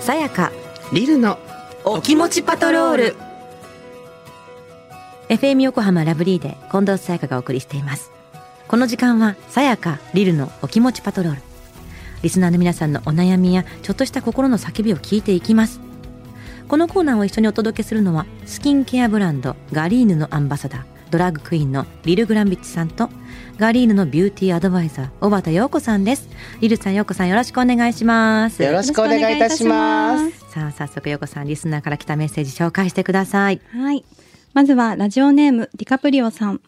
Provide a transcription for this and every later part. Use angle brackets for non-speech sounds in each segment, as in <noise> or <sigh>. さやかリルのお気持ちパトロール FM 横浜ラブリーで近藤さやかがお送りしていますこの時間はさやかリルのお気持ちパトロールリスナーの皆さんのお悩みやちょっとした心の叫びを聞いていきますこのコーナーを一緒にお届けするのはスキンケアブランドガリーヌのアンバサダードラッグクイーンのリル・グランビッチさんとガリーヌのビューティーアドバイザー小畑陽子さんですリルさん陽子さんよろしくお願いしますよろしくお願いいたします。さあ早速陽子さんリスナーから来たメッセージ紹介してくださいはい。まずはラジオネームディカプリオさん。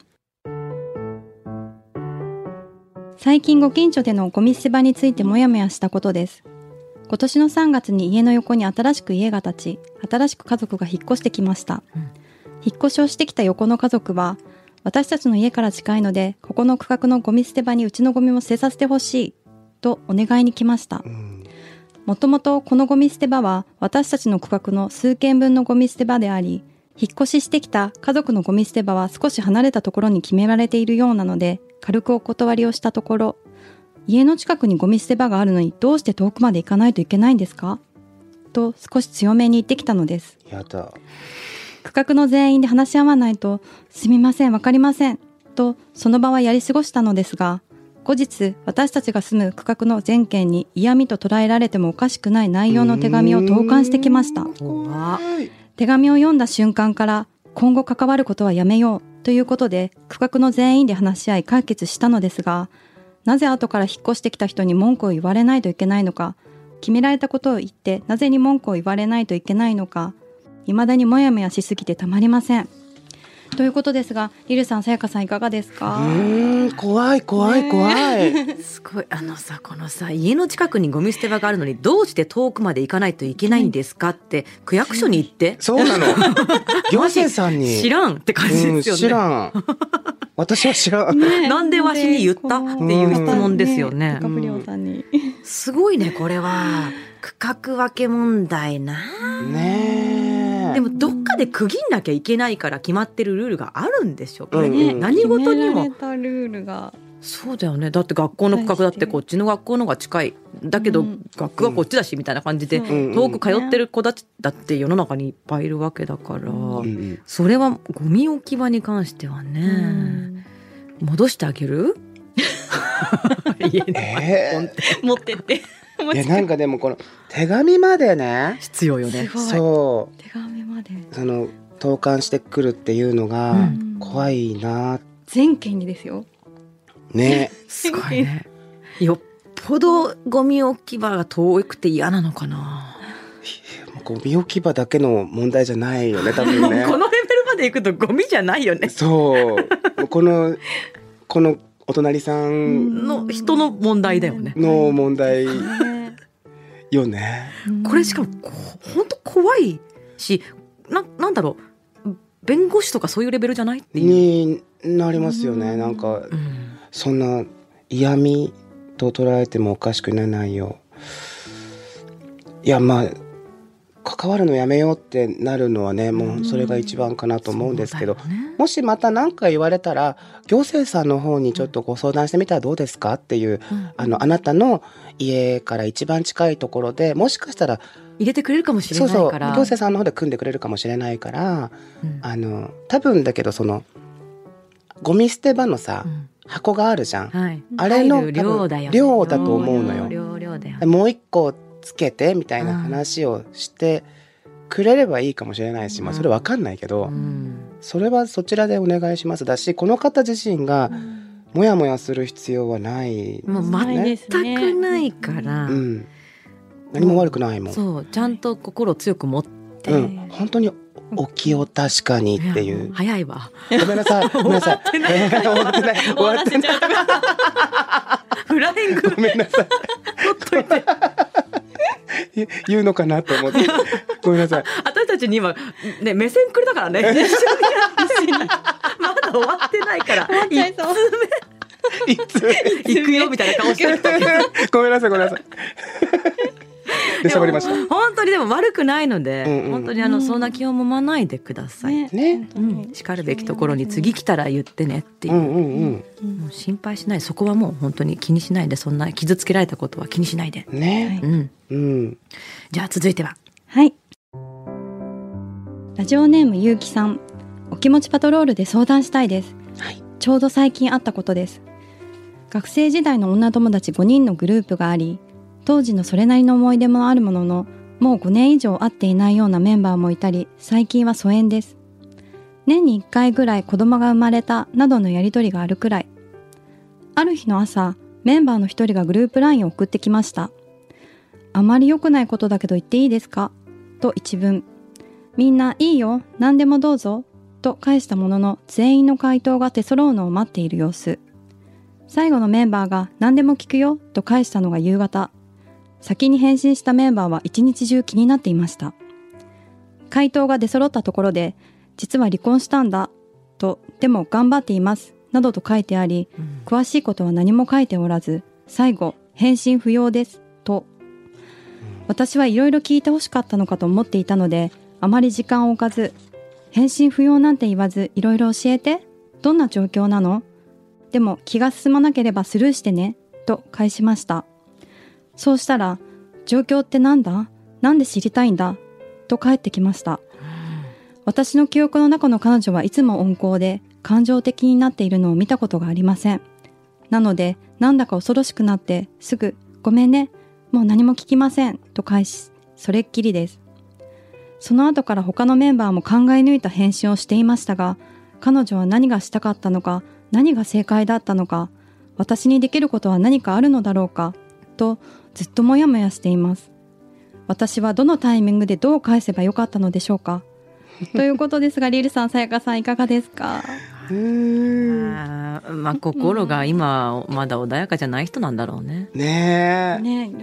最近ご近所でのゴミ捨て場についてもやもやしたことです。今年の3月に家の横に新しく家が建ち、新しく家族が引っ越してきました。うん引っ越しをしてきた横の家族は、私たちの家から近いので、ここの区画のゴミ捨て場にうちのゴミも捨てさせてほしい、とお願いに来ました。もともとこのゴミ捨て場は私たちの区画の数軒分のゴミ捨て場であり、引っ越ししてきた家族のゴミ捨て場は少し離れたところに決められているようなので、軽くお断りをしたところ、家の近くにゴミ捨て場があるのにどうして遠くまで行かないといけないんですかと少し強めに言ってきたのです。やだ。区画の全員で話し合わないと、すみません、わかりません、と、その場はやり過ごしたのですが、後日、私たちが住む区画の全県に嫌味と捉えられてもおかしくない内容の手紙を投函してきました。怖っ手紙を読んだ瞬間から、今後関わることはやめよう、ということで、区画の全員で話し合い解決したのですが、なぜ後から引っ越してきた人に文句を言われないといけないのか、決められたことを言ってなぜに文句を言われないといけないのか、未だにもやもやしすぎてたまりません。ということですが、リルさん、さやかさんいかがですうか、ーん、怖い怖い怖い。 <laughs> すごいあのさこのさ家の近くにゴミ捨て場があるのにどうして遠くまで行かないといけないんですかって区役所に行ってそう <laughs> なの。行政さんに。知らんって感じうん、ですよね、知らん。私は知らん。ねえなんでわしに言ったっていう質問ですよねなんかねデカプリオさんに。すごいねこれは区画分け問題なねえ。でもどっかで区切んなきゃいけないから決まってるルールがあるんでしょこれ、うんうん何事にも決められたルールが。そうだよねだって学校の区画だってこっちの学校の方が近いだけど、うん学区はこっちだしみたいな感じで、そううん遠く通ってる子たちだって世の中にいっぱいいるわけだから、うんうんそれはゴミ置き場に関してはうね、ん戻してあげる家にええ <laughs> 持ってって。いやなんかでもこの手紙までね必要よねすごい。そ手紙まで。うその投函してくるっていうのうがん怖いな全県にですよ。 <laughs> ねすごいねよっぽどゴミ置き場が遠くて嫌なのかな、ゴミ置き場だけの問題じゃないよね多 <laughs> 分ねこのレベルまで行くとゴミじゃないよねそうこのこのお隣さんの人の問題だよねの問題ねよね。これしかもこ本当怖いしななんだろう弁護士とかそういうレベルじゃないっていう、になりますよね。なんかうんそんな嫌味と捉えてもおかしくない内容。いやまあ関わるのやめようってなるのはねもうそれが一番かなと思うんですけどそうだよねもしまた何か言われたら行政さんの方にちょっとご相談してみたらどうですかっていううんあのあなたの家から一番近いところでもしかしたら入れてくれるかもしれそうなそいうか行ら政さんの方で組んでくれるかもしれないからうんあの多分だけどそのゴミ捨て場のさ、うん箱があるじゃん、はい、あれの入る量だよね量だと思うのよ量量量だよねでもう一個つけてみたいな話をしてくれればいいかもしれないし、まあ、それわかんないけど、うんそれはそちらでお願いしますだしこの方自身がモヤモヤする必要はない、もうない全ですねくないから、うん、何も悪くないもん、そうちゃんと心を強く持って、うん本当にお気を確かにっていやう早いわごめんなさいごめんなさい <laughs> 終わってない終わってないフライングごめんなさいほっといて言言うのかなと思ってごめんなさい私たちに今ね目線くれたから <laughs> ね一緒にまだ終わってないからわっちゃいそう一通いつ <laughs> 目行くよみたいな顔してるごめんなさいごめんなさい。で、サボりました。本当当にでも悪くないので、うんうん本当にあの、そんな気をもまないでください。ねうん、しかるべきところに次来たら言ってねっていうう。んうんもう心配しないそこはもう本当に気にしないでそんな傷つけられたことは気にしないで、うん。ね。うん、うん。じゃあ続いてははい。ラジオネームゆうきさん。お気持ちパトロールで相談したいです。はい。ちょうど最近あったことです。学生時代の女友達5人のグループがあり、当時のそれなりの思い出もあるものの、もう5年以上会っていないようなメンバーもいたり、最近は疎遠です。年に1回ぐらい子供が生まれたなどのやりとりがあるくらい。ある日の朝、メンバーの一人がグループ LINE を送ってきました。あまり良くないことだけど言っていいですかと一文。みんな、いいよ、何でもどうぞ、と返したものの、全員の回答が出揃うのを待っている様子。最後のメンバーが、何でも聞くよ、と返したのが夕方。先に返信したメンバーは一日中気になっていました。回答が出揃ったところで、実は離婚したんだ、と、でも頑張っています、などと書いてあり、詳しいことは何も書いておらず、最後、返信不要です、と私はいろいろ聞いてほしかったのかと思っていたのであまり時間を置かず返信不要なんて言わずいろいろ教えてどんな状況なのでも気が進まなければスルーしてねと返しましたそうしたら状況ってなんだなんで知りたいんだと返ってきました私の記憶の中の彼女はいつも温厚で感情的になっているのを見たことがありませんなので、なんだか恐ろしくなって、すぐ、ごめんね、もう何も聞きません、と返し、それっきりです。その後から他のメンバーも考え抜いた返信をしていましたが、彼女は何がしたかったのか、何が正解だったのか、私にできることは何かあるのだろうか、と、ずっともやもやしています。私はどのタイミングでどう返せばよかったのでしょうか。ということですが、リルさん、さやかさん、いかがですか。うん。あーまあ心が今まだ穏やかじゃない人なんだろうねね <laughs> ね、いろい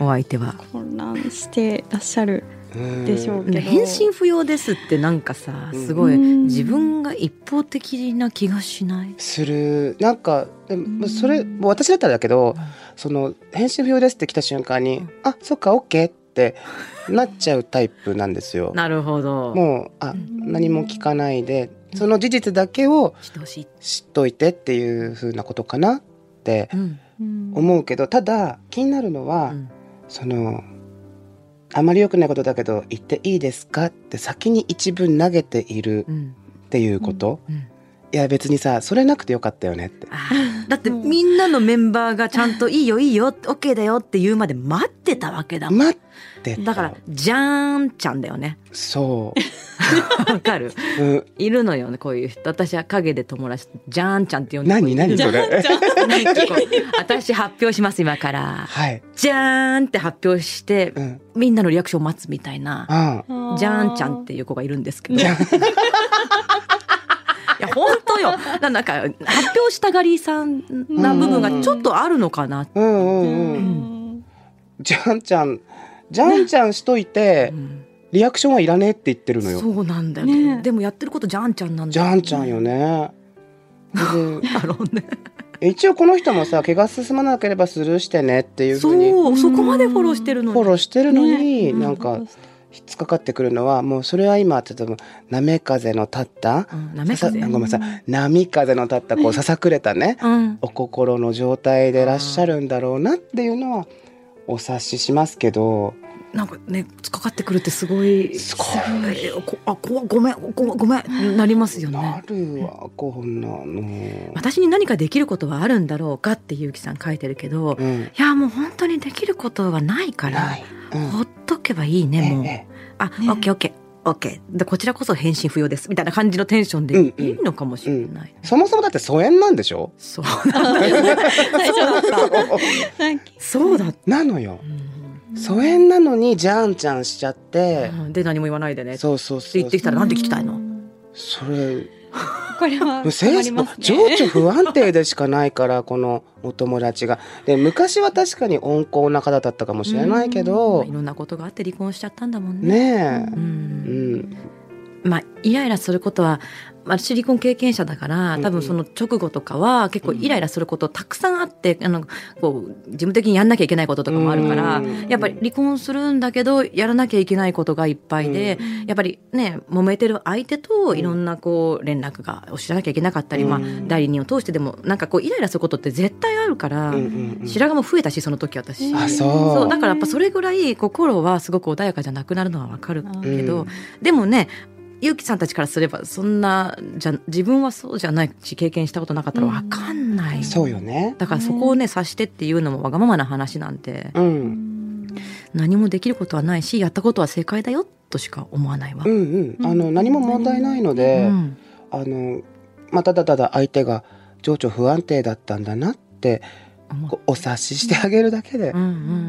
ろお相手は。混乱してらっしゃる。え。うんでしょうけど返信不要ですってなんかさうんすごいうん自分が一方的な気がしないするなんかでもそれもう私だったらだけどその「返信不要です」って来た瞬間に「あそっか OK」ってなっちゃうタイプなんですよ。なるほどもうあ何も聞かないでその事実だけをしてほしい、知っといてっていう風なことかなってうん思うけどただ気になるのうは、んそのあまり良くないことだけど言っていいですかって先に一文投げているうんっていうこと、うん、いや別にさそれなくてよかったよねってあーだってみんなのメンバーがちゃんと「いいよいいよ OK だよ」って言うまで待ってたわけだもん待ってただから「じゃーんちゃん」だよね <laughs> そわかる <laughs> う、うん、いるのよねこういう人私は陰で友達「じゃーんちゃん」って呼んで何何そこれう私発表します今からはい、 「じゃーん」って発表してうん、みんなのリアクションを待つみたいなあ「じゃーんちゃん」っていう子がいるんですけど。 <laughs> いじゃんや本当よななんか発表したがりさんな部分がちょっとあるのかな、うんうんうんじゃんちゃんじゃんちゃんしというてんリアクションはいらねえって言ってるのよそうなんだよ、ねえでもやってることじゃんちゃんなんだじゃんちゃんよねでだろうね一応この人もさ毛が進まなければスルーしてねっていうふうにそうそこまでフォローしてるのフォローしてるのねに、なんか引っかかってくるのはもうそれは今ちょっと波風の立ったうんなめさかさぜごめんなさい波風の立ったこうささくれたねうんお心の状態でいらっしゃるんだろうなっていうのはお察ししますけどなんかね突っかかってくるってすごいすごいえーこあこわごめんごごめんなりますよなねるわこんなの。私に何かできることはあるんだろうかってゆうきさん書いてるけど、いうんやもう本当にできることがないからない。うんほっとけばいいねもう、えあ、オッケーオッケーオッケーでこちらこそ返信不要ですみたいな感じのテンションでいいのかもしれない、えそもそもだって疎遠なんでしょそうなんだよねそう <laughs> だったそうだったなのよ疎遠なのにじゃんじゃんしちゃって、うんで何も言わないでねってそうそうそう言ってきたらなんで聞きたいのそれこれはもう困生りもまうすね。情緒不安定でしかないからこのお友達がで昔は確かに温厚な方だったかもしれないけまあどいろんなことがあって離婚しちゃったんだもんねねうえ、うんん、まあ、イライラすることは、まあ、私離婚経験者だから、多分その直後とかは結構イライラすることたくさんあって、あの、こう、事務的にやんなきゃいけないこととかもあるから、うんやっぱり離婚するんだけど、やらなきゃいけないことがいっぱいで、やっぱりね、揉めてる相手といろんなこう、連絡がを知らなきゃいけなかったり、まあ、代理人を通してでも、なんかこう、イライラすることって絶対あるから、うんうんうん白髪も増えたし、その時私。あそうそうだからやっぱそれぐらい心はすごく穏やかじゃなくなるのはわかるけど、うんでもねゆうきさんたちからすればそんなじゃ自分はそうじゃないし経験したことなかったらわかんない、そうよねだからそこをね察してっていうのもわがままな話なんてうん何もできることはないしやったことは正解だよとしか思わないわ。うんうんあの何も問題ないので、うんあのまあただただ相手が情緒不安定だったんだなって思うこうお察ししてあげるだけでうんう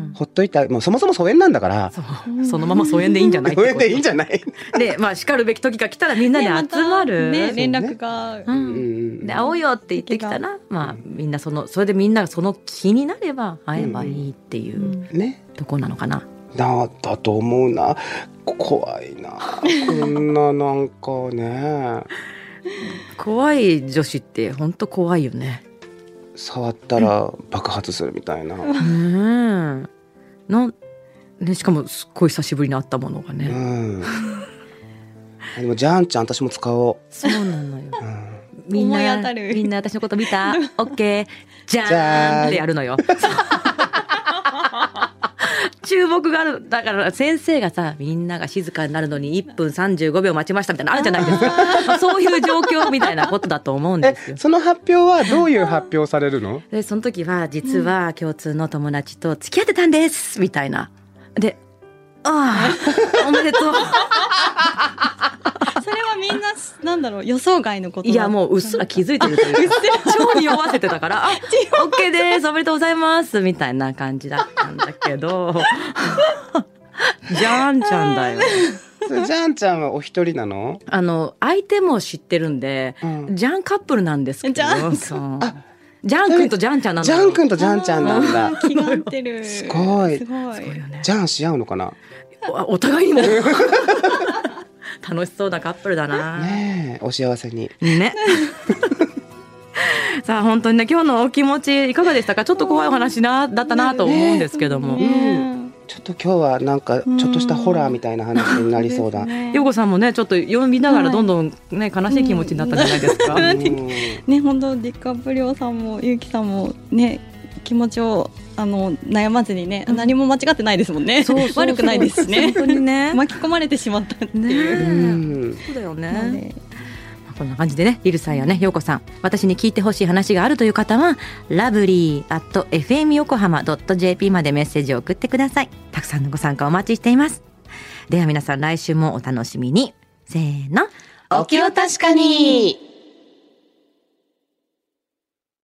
んほっといてもうそもそも疎遠なんだからそうそのまま疎遠でいいんじゃないってこ疎と遠でいいんじゃない <laughs> で、まあ、叱るべき時が来たらみんなで集まる。ねね連絡がううんんで会おうよって言ってきたら、まあみんなそのそれでみんながその気になれば会えばいいっていううんねとこなのかな。なだと思うなこ怖 <laughs> いなこんななんかね怖い女子って本当怖いよね。触ったら爆発するみたい <laughs> な、ううん。なんねしかもすっごい久しぶりに会ったものがね。ん、でもじゃんちゃん私も使おそうなのよ。う、うんみんな思い当たるみんな私のこと見た。オッケー。じゃじゃーーんんってやるのよ。 <laughs> 注目があるだから先生がさみんなが静かになるのに1分35秒待ちましたみたいなのあるじゃないです <laughs> かそういう状況みたいなことだと思うんえですよ。その発表はどういう発表をされるのでその時は実は共通の友達と付き合ってたんですみたいな。でああおめでとうそれはみんななんだろう予想外のこといやもううっすら気づいてるというか超に酔わせてたから「あオッケーですおめでとうございます」みたいな感じだったんだけどじゃんちゃんだよ。 <laughs> それじゃんちゃんはお一人なのあの相手も知ってるんで、うんジャンカップルなんですけどジャンカそうジャン君とジャンちゃんなんジだャンくんととジャンちゃんなんだ気が合ってるすごいすごいジャンし合うのかなおお互いにも <laughs> 楽しそうなカップルだな。ねえお幸せに <laughs> ね。さあ本当にね今日のお気持ちいかがでしたかちょっと怖いお話なだったなと思うんですけども、ねちょっと今日はなんかちょっとしたホラーみたいな話になりそうだ、ようこさんもねちょっと読みながらどんどんね、悲しい気持ちになったんじゃないですか、うねんね本当ディカプリオさんもゆうきさんもね気持ちをあの悩まずにね、何も間違ってないですもんねそうそうそう <laughs> 悪くないですしね本当にね <laughs> 巻き込まれてしまったっていう、うねんそうだよなのねでまあこんな感じでねリルさんやねようこさん私に聞いてほしい話があるという方はラブリー at fm 横浜 .jp までメッセージを送ってくださいたくさんのご参加お待ちしていますでは皆さん来週もお楽しみにせーのお気を確かに